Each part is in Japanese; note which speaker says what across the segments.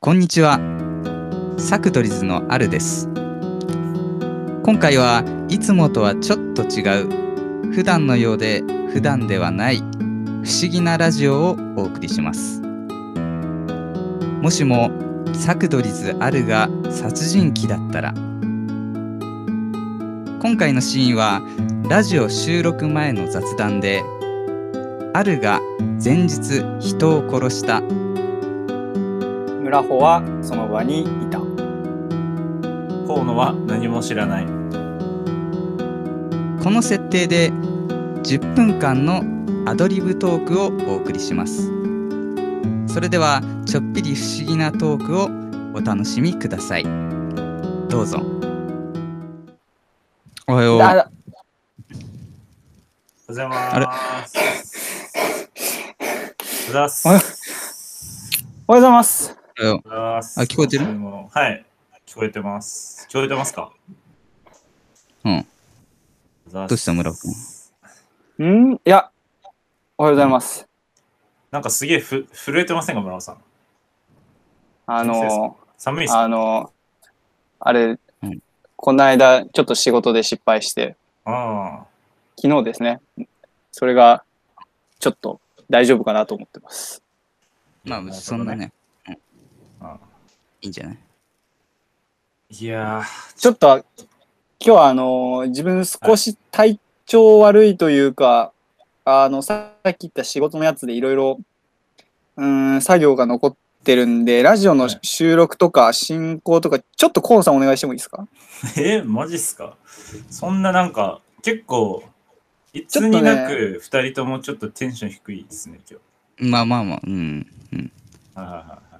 Speaker 1: こんにちは。サクトリズのあるです。今回はいつもとはちょっと違う、普段のようで普段ではない、不思議なラジオをお送りします。もしもサクトリズあるが殺人鬼だったら、今回のシーンはラジオ収録前の雑談で、あるが前日人を殺した
Speaker 2: 村穂はその場にいた
Speaker 3: 河野は何も知らない
Speaker 1: この設定で10分間のアドリブトークをお送りしますそれではちょっぴり不思議なトークをお楽しみくださいどうぞおはよう
Speaker 2: だ
Speaker 3: おはようご
Speaker 1: あ
Speaker 3: ざい
Speaker 1: れ
Speaker 3: ますお
Speaker 2: おはよおはよう
Speaker 3: はようございます
Speaker 2: ございます
Speaker 1: おはよ
Speaker 3: おはようございます
Speaker 1: あ聞こえてる
Speaker 3: おはようございますはい聞こえてます聞こえてますか
Speaker 1: うん
Speaker 3: ど
Speaker 1: どうした村尾君
Speaker 2: んいやおはようございます
Speaker 3: なんかすげえふ震えてませんか村尾さん
Speaker 2: あの
Speaker 3: 寒いっすか
Speaker 2: あのあれ、
Speaker 1: うん
Speaker 2: この間ちょっと仕事で失敗して
Speaker 3: あ
Speaker 2: 昨日ですねそれがちょっと大丈夫かなと思ってます
Speaker 1: うまあ
Speaker 3: なるほどね
Speaker 1: そんなね、うん、い
Speaker 3: あ
Speaker 1: いんじゃない
Speaker 3: ーいや
Speaker 2: ちょっと今日はあの自分少し体調悪いというか、あのさっき言った仕事のやつでいろいろうーん作業が残ってるんでラジオの
Speaker 3: はい
Speaker 2: 収録とか進行とかちょっと河野さんお願いしてもいいですか
Speaker 3: ー えマジっすかそんななんか結構いつになく二人ともちょっとテンション低いですね今日
Speaker 1: まあまあまあうん
Speaker 3: はいはいはいはい。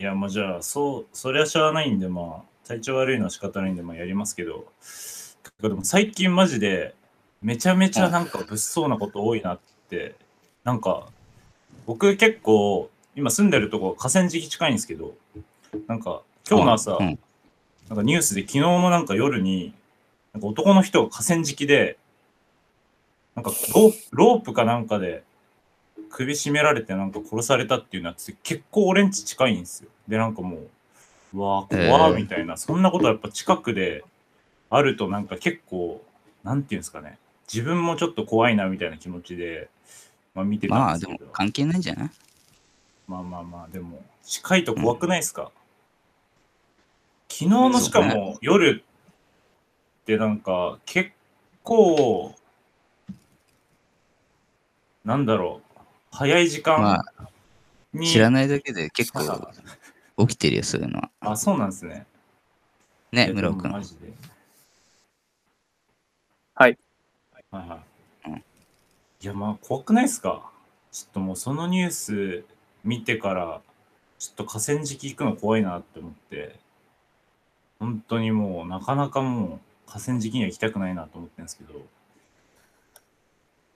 Speaker 3: いや、もうじゃあ、そう、そりゃしゃあないんで、まあ、体調悪いのは仕方ないんで、まあ、やりますけど、てかでも最近マジで、めちゃめちゃなんか物騒なこと多いなって、なんか、僕結構、今住んでるとこ河川敷近いんですけど、なんか、今日の朝、
Speaker 1: うん
Speaker 3: なんかニュースで昨日のなんか夜に、なんか男の人が河川敷で、なんかローロープかなんかで首絞められてなんか殺されたっていうのやつ結構俺んち近いんですよ。で、なんかもう、うわ
Speaker 1: え
Speaker 3: ー
Speaker 1: ー
Speaker 3: 怖ーみたいな、そんなことはやっぱ近くであるとなんか結構、なんていうんですかね、自分もちょっと怖いなみたいな気持ちで、まあ見て
Speaker 1: ま
Speaker 3: た
Speaker 1: あ
Speaker 3: んで
Speaker 1: です
Speaker 3: け
Speaker 1: も
Speaker 3: ど、
Speaker 1: 関係ないんじゃない
Speaker 3: まあまあまあ、でも、近いと怖くないですか、昨日のしか
Speaker 1: そう
Speaker 3: も夜ってなんか結構、なんだろう、早い時
Speaker 1: ま
Speaker 3: 間
Speaker 1: あ
Speaker 3: に、
Speaker 1: 知らないだけで結構
Speaker 3: あ
Speaker 1: 起きてるよそういうのは
Speaker 3: あ、そうなんですね。
Speaker 1: ね
Speaker 3: いや
Speaker 1: 村尾
Speaker 3: でもマ
Speaker 1: 君
Speaker 3: ジで
Speaker 2: はい。
Speaker 3: はいはい。
Speaker 1: うん
Speaker 3: いや、まあ、怖くないですかちょっともうそのニュース見てから、ちょっと河川敷行くの怖いなって思って、本当にもう、なかなかもう、河川敷には行きたくないなと思ってるんですけど、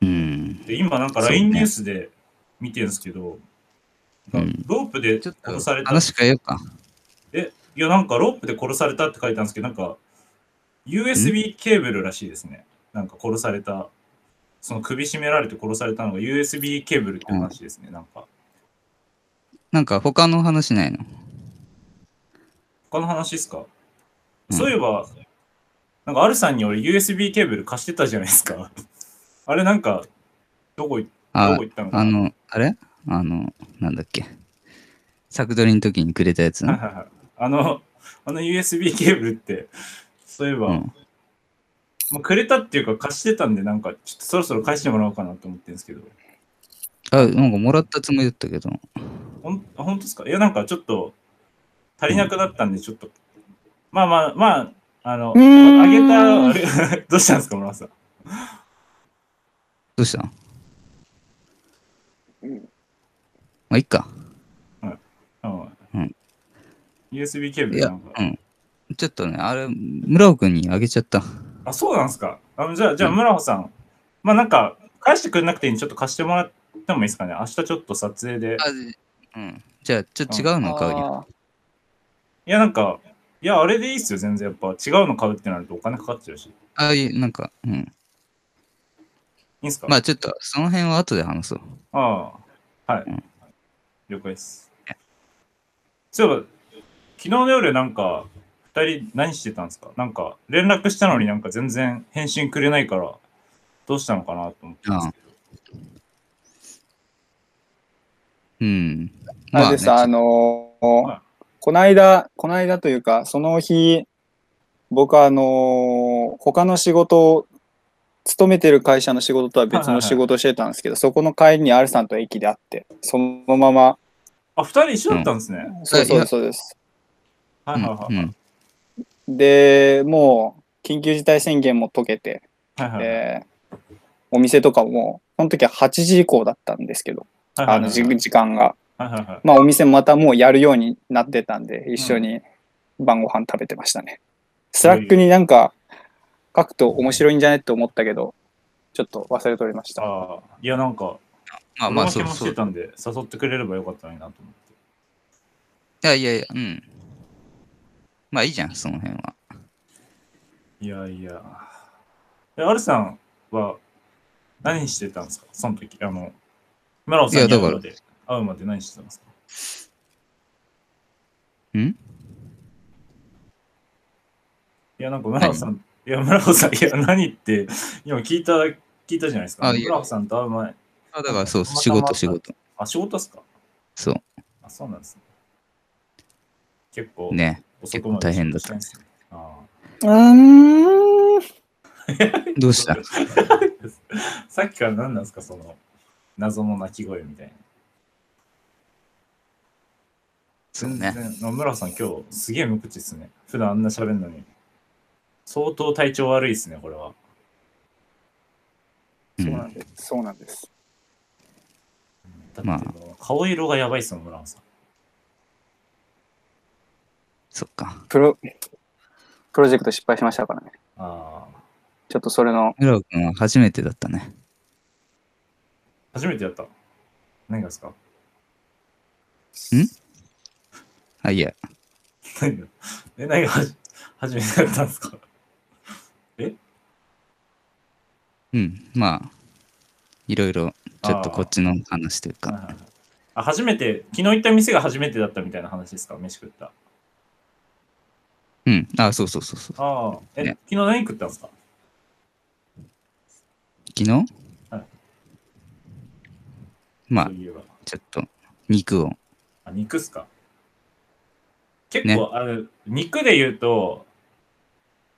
Speaker 1: うん
Speaker 3: で今なんか
Speaker 1: そうね
Speaker 3: LINE ニュースで見てるんですけど、
Speaker 1: う
Speaker 3: なんんかロープで
Speaker 1: ちょっ
Speaker 3: 殺され
Speaker 1: と
Speaker 3: たっ
Speaker 1: 話変えようか
Speaker 3: え、いや、なんかロープで殺されたって書いたんですけど、なんか、USB ケーブルらしいですね。なんか殺された、その首絞められて殺されたのが USB ケーブルって話ですね。なんか、
Speaker 1: なんか他の話ないの
Speaker 3: 他の話ですか、
Speaker 1: うん
Speaker 3: そういえば、なんか、アルさんに俺 USB ケーブル貸してたじゃないですか。 あれ、なんか、どこいど
Speaker 1: あ
Speaker 3: こ行ったのか
Speaker 1: あ
Speaker 3: な
Speaker 1: の、あれあの、なんだっけ。作取りの時にくれたやつ
Speaker 3: はい
Speaker 1: な。
Speaker 3: はいはい あの、あの USB ケーブルって、そういえば、
Speaker 1: うん
Speaker 3: まあくれたっていうか貸してたんで、なんか、ちょっとそろそろ返してもらおうかなと思ってるんですけど。
Speaker 1: あ、なんかもらったつもりだったけど。
Speaker 3: ほんあ本当ですかいや、なんかちょっと足りなくなったんで、ちょっと、まあまあ、まあ、あの、
Speaker 2: うーん
Speaker 3: あげたあれ、どうしたん ですか、村尾さん。
Speaker 1: どうしたの
Speaker 2: うん
Speaker 1: まあ、いっか。う
Speaker 3: う
Speaker 1: ん
Speaker 3: ん、USB ケーブ
Speaker 1: い
Speaker 3: ル
Speaker 1: や、
Speaker 3: な
Speaker 1: うん
Speaker 3: か。
Speaker 1: ん。ちょっとね、あれ、村尾くんにあげちゃった。
Speaker 3: あ、そうなんですか。あのじゃあ、じゃあ、
Speaker 1: うん
Speaker 3: 村尾さん、まあなんか、返してくれなくていいんで、ちょっと貸してもらってもいいですかね。明日ちょっと撮影で。
Speaker 1: あでうん。じゃあ、ちょっと違うの買うよ。
Speaker 2: あー
Speaker 3: いや、なんか、いや、あれでいいっすよ、全然。やっぱ、違うの買うってなるとお金かかっちゃうし。い
Speaker 1: ああいう、なんか、うん。
Speaker 3: いんすか、
Speaker 1: まあ、ちょっと、その辺は後で話そう。
Speaker 3: ああ、はい。
Speaker 1: うん
Speaker 3: 了解です。そういえば、昨日の夜なんか、二人何してたんですかなんか、連絡したのになんか全然返信くれないから、どうしたのかなと思ってたんですけど。
Speaker 1: うん。
Speaker 2: あれでさ、あ
Speaker 1: ね
Speaker 2: の
Speaker 3: はい
Speaker 2: こないだ、こないだというか、その日、僕あの他の仕事を、勤めてる会社の仕事とは別の仕事をしてたんですけど、そこの帰りに R さんと駅で会って、そのまま、
Speaker 3: あ、二人一緒だったんですね。
Speaker 2: そうそうそうです。
Speaker 3: はいはいはい。
Speaker 1: うん
Speaker 2: で、もう、緊急事態宣言も解けて、
Speaker 3: はいはいはい
Speaker 2: えーお店とかも、その時は8時以降だったんですけど、
Speaker 3: はい
Speaker 2: あの時時間が。
Speaker 3: はいはいはい。
Speaker 2: まあお店またもうやるようになってたんで、一緒に晩ご飯食べてましたね。スラックになんか書くと面白いんじゃねって思ったけど、ちょっと忘れておりました。
Speaker 3: ああ、いやなんか、
Speaker 1: まあ
Speaker 3: お
Speaker 1: まあ、
Speaker 3: ま
Speaker 1: そ
Speaker 3: け
Speaker 1: う
Speaker 3: もし
Speaker 1: そう。
Speaker 3: て
Speaker 1: い
Speaker 3: たんで、誘ってくれればよかったのになと思って。
Speaker 1: やいやいや、うん。まあいいじゃん、その辺は。
Speaker 3: いやいや。え、アルさんは何してたんですかその時。あの、村尾さんに
Speaker 1: いや
Speaker 3: 会
Speaker 1: だか
Speaker 3: う
Speaker 1: ら
Speaker 3: まで、会うまで何してたんですか
Speaker 1: ん
Speaker 3: いや、なんか村尾さん、いや、村尾さん、いや、何って、今聞いた、聞いたじゃないですか。
Speaker 1: あいや
Speaker 3: 村尾さんと会う前、
Speaker 1: あだからそう、
Speaker 3: たまたま
Speaker 1: 仕事仕事。
Speaker 3: あ、仕事っすか
Speaker 1: そ
Speaker 3: あ、そうなんですね。結構、
Speaker 1: う、ね。
Speaker 3: 遅くま
Speaker 1: 結構大
Speaker 3: で
Speaker 1: 変だっ
Speaker 3: 仕
Speaker 1: た
Speaker 3: 事してんですねあ
Speaker 2: うーん。
Speaker 1: どう
Speaker 3: あ
Speaker 1: した
Speaker 3: さっきから何なんですか、その、謎の鳴き声みたいな。
Speaker 1: そうね。
Speaker 3: 全然。村さん、今日すげえ無口ですね。普段あんな喋るのに。相当体調悪いですね、これは。
Speaker 1: う
Speaker 2: そうなんんです。そうなんです。
Speaker 3: だって
Speaker 1: まあ
Speaker 3: もう顔色がやばいっすもん、村さん。
Speaker 1: そっか。
Speaker 2: プロ、プロジェクト失敗しましたからね。
Speaker 3: ああ。
Speaker 2: ちょっとそれの、
Speaker 1: 村尾君は初めてだったね。
Speaker 3: 初めてやった。何がですか
Speaker 1: あ、いや、
Speaker 3: 何がえ、何がはじ初めてやったんですか
Speaker 1: うん。まあ、いろいろ、 ちょっとこっちの話というか。
Speaker 3: あ、初めて、昨日行った店が初めてだったみたいな話ですか飯食った。
Speaker 1: うん。あ、そうそうそうそう。
Speaker 3: ああ。え、
Speaker 1: ね
Speaker 3: 昨日何食ったんですか
Speaker 1: 昨日
Speaker 3: はい
Speaker 1: まあ
Speaker 3: そう、いえば。
Speaker 1: ちょっと、肉を。
Speaker 3: あ、肉っすか。結構、
Speaker 1: ね
Speaker 3: あの、肉で言うと、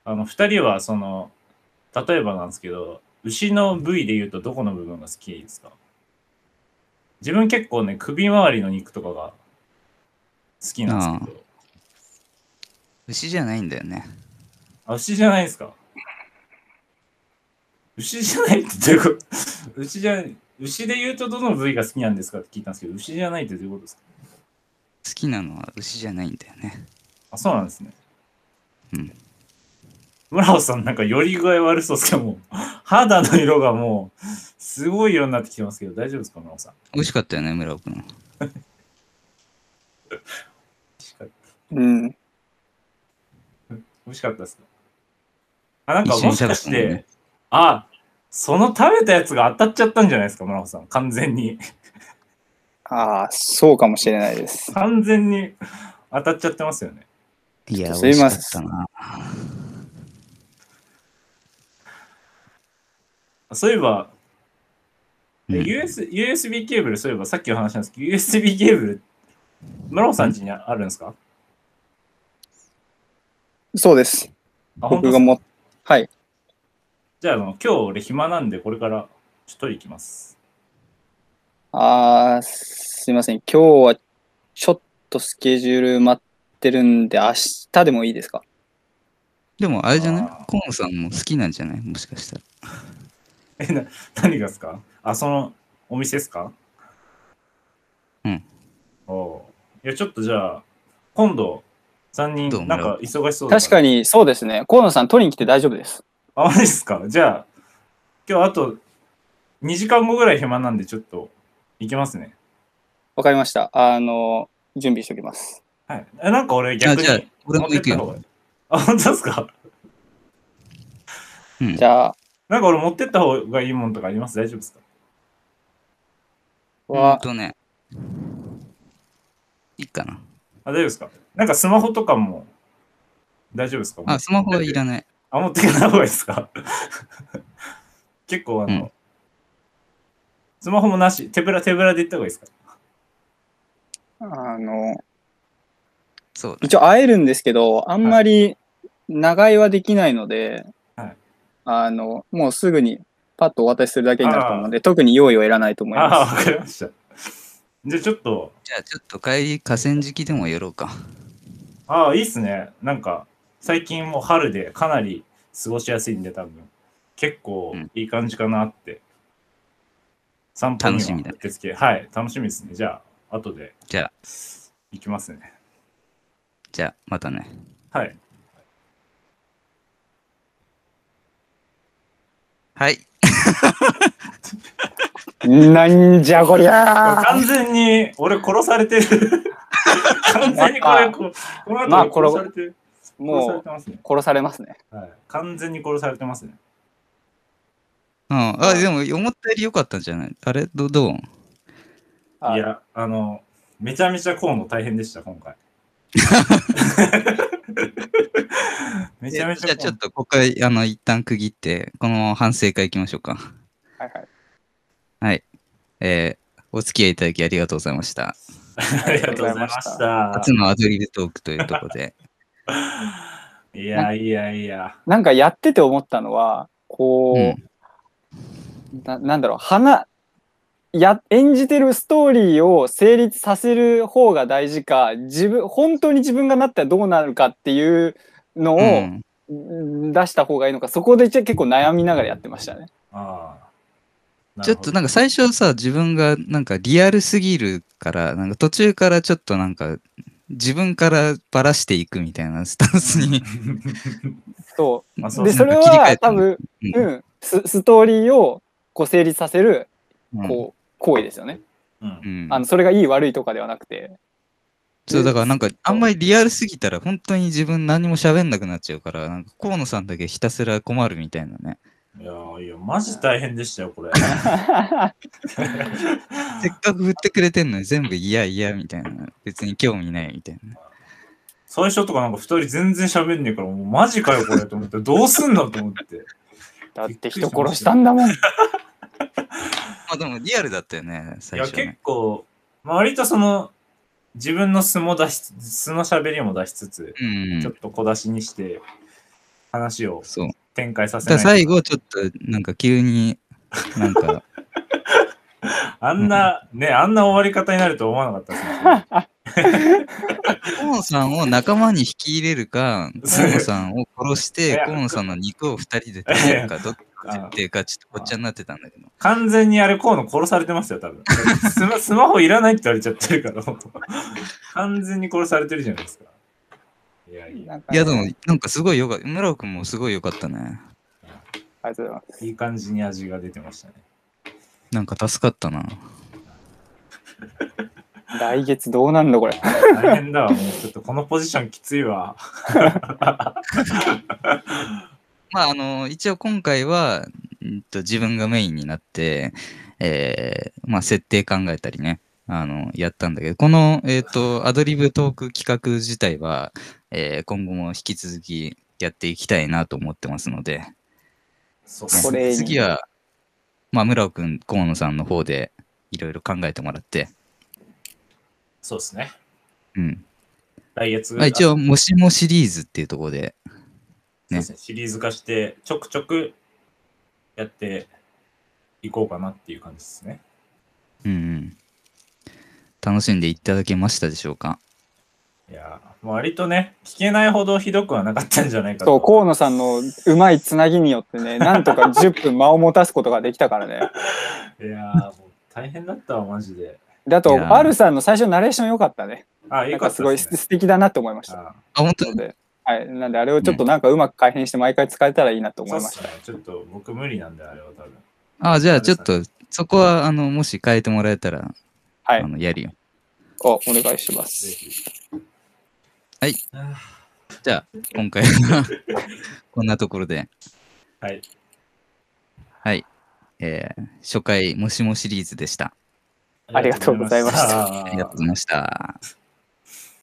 Speaker 3: あの、二人は、その、例えばなんですけど、牛の部位で言うと、どこの部分が好きですか自分結構ね、首周りの肉とかが好きなんですけど、
Speaker 1: 牛じゃないんだよね。
Speaker 3: あ牛じゃないですか牛じゃないってどういうこと牛じゃない、牛で言うとどの部位が好きなんですかって聞いたんですけど、牛じゃないってどういうことですか
Speaker 1: 好きなのは牛じゃないんだよね。
Speaker 3: あ、そうなんですね。
Speaker 1: うん。
Speaker 3: 村尾さんなんかより具合悪そうですけど、もう 肌の色がもうすごい色になってきてますけど、大丈夫ですか、村尾さん。
Speaker 1: 美味しかったよね、村尾君。
Speaker 3: 美
Speaker 2: うん。
Speaker 3: 味しかったですかあ、なんか
Speaker 1: 一緒に
Speaker 3: もしかし
Speaker 1: 食べたもん
Speaker 3: て
Speaker 1: ね、
Speaker 3: あ、その食べたやつが当たっちゃったんじゃないですか、村尾さん。完全に。
Speaker 2: ああ、そうかもしれないです。
Speaker 3: 完全に当たっちゃってますよね。
Speaker 1: いや、
Speaker 2: す
Speaker 1: 美
Speaker 2: い
Speaker 1: 味しか
Speaker 2: ま
Speaker 1: っ
Speaker 2: せん
Speaker 1: たな。
Speaker 3: そういえば、
Speaker 1: うん
Speaker 3: US USB ケーブル、そういえばさっきの話なんですけど、USB ケーブル、村尾さん家にあるんですか
Speaker 2: そうです。
Speaker 3: あ、
Speaker 2: 僕
Speaker 3: 本当です
Speaker 2: が
Speaker 3: か
Speaker 2: も、はい。
Speaker 3: じゃああの、今日俺暇なんで、これからちょっと取り行きます。
Speaker 2: あーすいません。今日はちょっとスケジュール待ってるんで、明日でもいいですか
Speaker 1: でも、あれじゃない
Speaker 3: あー
Speaker 1: コーンさんも好きなんじゃないもしかしたら。
Speaker 3: え、な、何がですかあ、そのお店ですか
Speaker 1: うん。
Speaker 3: おういや、ちょっとじゃあ、今度、3
Speaker 1: どう
Speaker 3: 人、
Speaker 1: も
Speaker 3: なんか忙しそうだ
Speaker 2: 確かに、そうですね。河野さん取りに来て大丈夫です。
Speaker 3: あ、マジですかじゃあ、今日あと2時間後ぐらい暇なんで、ちょっと行きますね。
Speaker 2: わかりました。あの、準備しておきます。
Speaker 3: はい。え、なんか俺
Speaker 1: あ
Speaker 3: 逆に
Speaker 1: じゃあ、俺
Speaker 3: 持
Speaker 1: も
Speaker 3: って
Speaker 1: 行
Speaker 3: っ
Speaker 1: く
Speaker 3: た方
Speaker 1: よ。
Speaker 3: がいい。あ、本当ですか
Speaker 1: うん
Speaker 2: じ。ゃあ、
Speaker 3: なんか俺持ってった方がいいもんとかあります大丈夫ですか
Speaker 1: ほん
Speaker 2: は、
Speaker 1: とね。いいかな。
Speaker 3: あ、大丈夫ですかなんかスマホとかも大丈夫ですか
Speaker 1: あ、スマホはいらない。
Speaker 3: あ、持っていかない方がいいですか 結構あの、
Speaker 1: うん
Speaker 3: スマホもなし、手ぶら手ぶらで行った方がいいですか
Speaker 2: あの、
Speaker 1: そうだ。
Speaker 2: 一応会えるんですけど、あんまり長居はできないので、
Speaker 3: はい
Speaker 2: あの、もうすぐにパッとお渡しするだけになると思うので、特に用意はいらないと思い
Speaker 3: あ
Speaker 2: ま
Speaker 3: あ、わかりました。じゃあちょっと、
Speaker 1: じゃあちょっと帰り河川敷でも寄ろうか。
Speaker 3: ああ、いいっすね。なんか、最近もう春でかなり過ごしやすいんで、多分。結構
Speaker 1: うん
Speaker 3: いい感じかなって。散歩には
Speaker 1: 楽しみだね
Speaker 3: うってつけ。はい、楽しみですね。じゃあ、後で。
Speaker 1: じゃあ
Speaker 3: 行きますね。
Speaker 1: じゃあまたね。
Speaker 3: はい。
Speaker 1: はい。
Speaker 2: す。なんじゃこりゃー
Speaker 3: 完全に俺殺されてる。完全にこれ、ここの後
Speaker 2: まあこれ
Speaker 3: 殺されてる。殺され
Speaker 2: も
Speaker 3: てますね
Speaker 2: う。殺されますね。
Speaker 3: はい。完全に殺されてますね。
Speaker 1: うん、あでも思ったより良かったんじゃないあれどどう
Speaker 2: はい
Speaker 3: いや、あの、めちゃめちゃ河野大変でした、今回。めちゃめち
Speaker 1: えじゃ
Speaker 3: ゃ
Speaker 1: あちょっとここからあの一旦区切ってこの反省会行きましょうか。
Speaker 2: はいはい。
Speaker 1: えーお付き合いいただきありがとうございました。
Speaker 3: 河野ありがとうございました。
Speaker 1: 初のアドリブトークというところで。
Speaker 3: いやいやいや。
Speaker 2: なんかやってて思ったのは、こう、ななんだろう花や演じてるストーリーを成立させる方が大事か自分本当に自分がなったらどうなるかっていうの
Speaker 1: う
Speaker 2: を
Speaker 1: ん
Speaker 2: うん出した方がいいのか、そこで結構悩みながらやってましたね。
Speaker 3: ああ
Speaker 1: ちょっとなんか最初さ自分がなんかリアルすぎるからなんか途中からちょっとなんか自分からバラしていくみたいなスタンスに、
Speaker 2: そ
Speaker 3: まあ
Speaker 2: う
Speaker 3: そう
Speaker 2: で
Speaker 3: です
Speaker 2: そ
Speaker 3: ね。
Speaker 2: れ
Speaker 1: なんか切り替
Speaker 2: は
Speaker 1: えた
Speaker 2: 多
Speaker 1: の
Speaker 2: 分、
Speaker 1: うん
Speaker 2: うん、スストーリーをこう成立させる
Speaker 1: うん
Speaker 2: こう行為ですよね。
Speaker 3: うん
Speaker 1: うん
Speaker 2: あのそれがいい悪いとかではなくて。
Speaker 1: そう
Speaker 2: で
Speaker 1: だからなんかあんまりリアルすぎたら本当に自分何も喋んなくなっちゃうからなんか河野さんだけひたすら困るみたいな ね
Speaker 3: いやいや、マジ大変でしたよ、これ。
Speaker 1: せっかく振ってくれてんのに全部いやいやみ たいな別に興味ないみたいな
Speaker 3: 最初とかなんか二人全然喋んねえから、もうマジかよ、これと思って、どうすんだと思 って。
Speaker 2: だって人殺したんだもん。
Speaker 1: まあでもリアルだったよね
Speaker 3: い
Speaker 1: 最
Speaker 3: や、
Speaker 1: 初
Speaker 3: 結
Speaker 1: ね
Speaker 3: 構、まあ、割とその、自分の素も出しつつ、素の喋りも出しつつ、
Speaker 1: うん
Speaker 3: ちょっと小出しにして、話を
Speaker 1: そう
Speaker 3: 展開させ
Speaker 1: だから
Speaker 3: ない。
Speaker 1: 最後ちょっとなんか急になんか
Speaker 3: あんな、ね、あんな終わり方になると思わなかったですね。
Speaker 1: 河野さんを仲間に引き入れるか
Speaker 3: そう
Speaker 1: 河野さんを殺し
Speaker 3: い
Speaker 1: て
Speaker 3: や
Speaker 1: 河野さんの肉を2人で食べるかどっちか設定かちょっとごっちゃになってたんだけど
Speaker 3: 完全にあれ、河野殺されてますよ、多分。 スマスマホいらないって言われちゃってるから、もう完全に殺されてるじゃないですか。いやいや、
Speaker 2: なんか
Speaker 1: いやでもなんかすごいよかった村尾君もすごいよかったね
Speaker 2: ありがとうございます。
Speaker 3: いい感じに味が出てましたね。
Speaker 1: なんか助かったな。
Speaker 2: 来月どうなんだこれ。
Speaker 3: 大変だわ、もうちょっとこのポジションきついわ。
Speaker 1: まあ、あの、一応今回は、んと自分がメインになって、えーまあ、設定考えたりね、あの、やったんだけど、この、えっ、と、アドリブトーク企画自体は、えー今後も引き続きやっていきたいなと思ってますので、
Speaker 3: そう
Speaker 2: これに
Speaker 1: 次は、まあ、村尾くん、河野さんの方で、いろいろ考えてもらって、
Speaker 3: そうですね。
Speaker 1: うん。
Speaker 3: 来月、
Speaker 1: まあ、一応、もしもシリーズっていうところで、
Speaker 3: そうですねシリーズ化して、ちょくちょくやっていこうかなっていう感じですね。
Speaker 1: うんうん。楽しんでいただけましたでしょうか
Speaker 3: いやー、もう割とね、聞けないほどひどくはなかったんじゃないかと。
Speaker 2: そう河野さんのうまいつなぎによってねなんとか10分間を持たすことができたからね
Speaker 3: いやー、もう大変だったわ、マジで。
Speaker 1: い
Speaker 2: だ
Speaker 1: や
Speaker 2: と
Speaker 1: ー
Speaker 2: R さんの最初のナレーション良かったね
Speaker 3: あ、
Speaker 2: な
Speaker 3: よ
Speaker 2: んか
Speaker 3: かった
Speaker 2: すごい
Speaker 3: っ
Speaker 2: す
Speaker 3: すね
Speaker 2: 素敵だなと思いました
Speaker 3: あ
Speaker 1: あ、本当
Speaker 2: ので、はい、なんであれをちょっとなんかうまく改変して毎回使えたらいいなと
Speaker 3: ー
Speaker 2: 思
Speaker 3: そう
Speaker 2: い
Speaker 3: っ
Speaker 2: まし
Speaker 3: す
Speaker 2: た
Speaker 3: ね。ちょっと僕無理なんで、あれは多分。
Speaker 1: あじゃあちょっと、そこは、あの、もし変えてもらえたら、
Speaker 2: はい
Speaker 1: あのやるよ。
Speaker 2: おお願いしま
Speaker 3: ぜ
Speaker 2: す
Speaker 3: ひ。
Speaker 1: はい
Speaker 3: あ
Speaker 1: じゃあ、今回は、 こんなところで、
Speaker 3: ー。はい。
Speaker 1: はい。えー初回、もしもシリーズでした。
Speaker 2: ありがとうございました
Speaker 3: あ
Speaker 1: あ
Speaker 3: りがとうございま
Speaker 1: りがとうございました。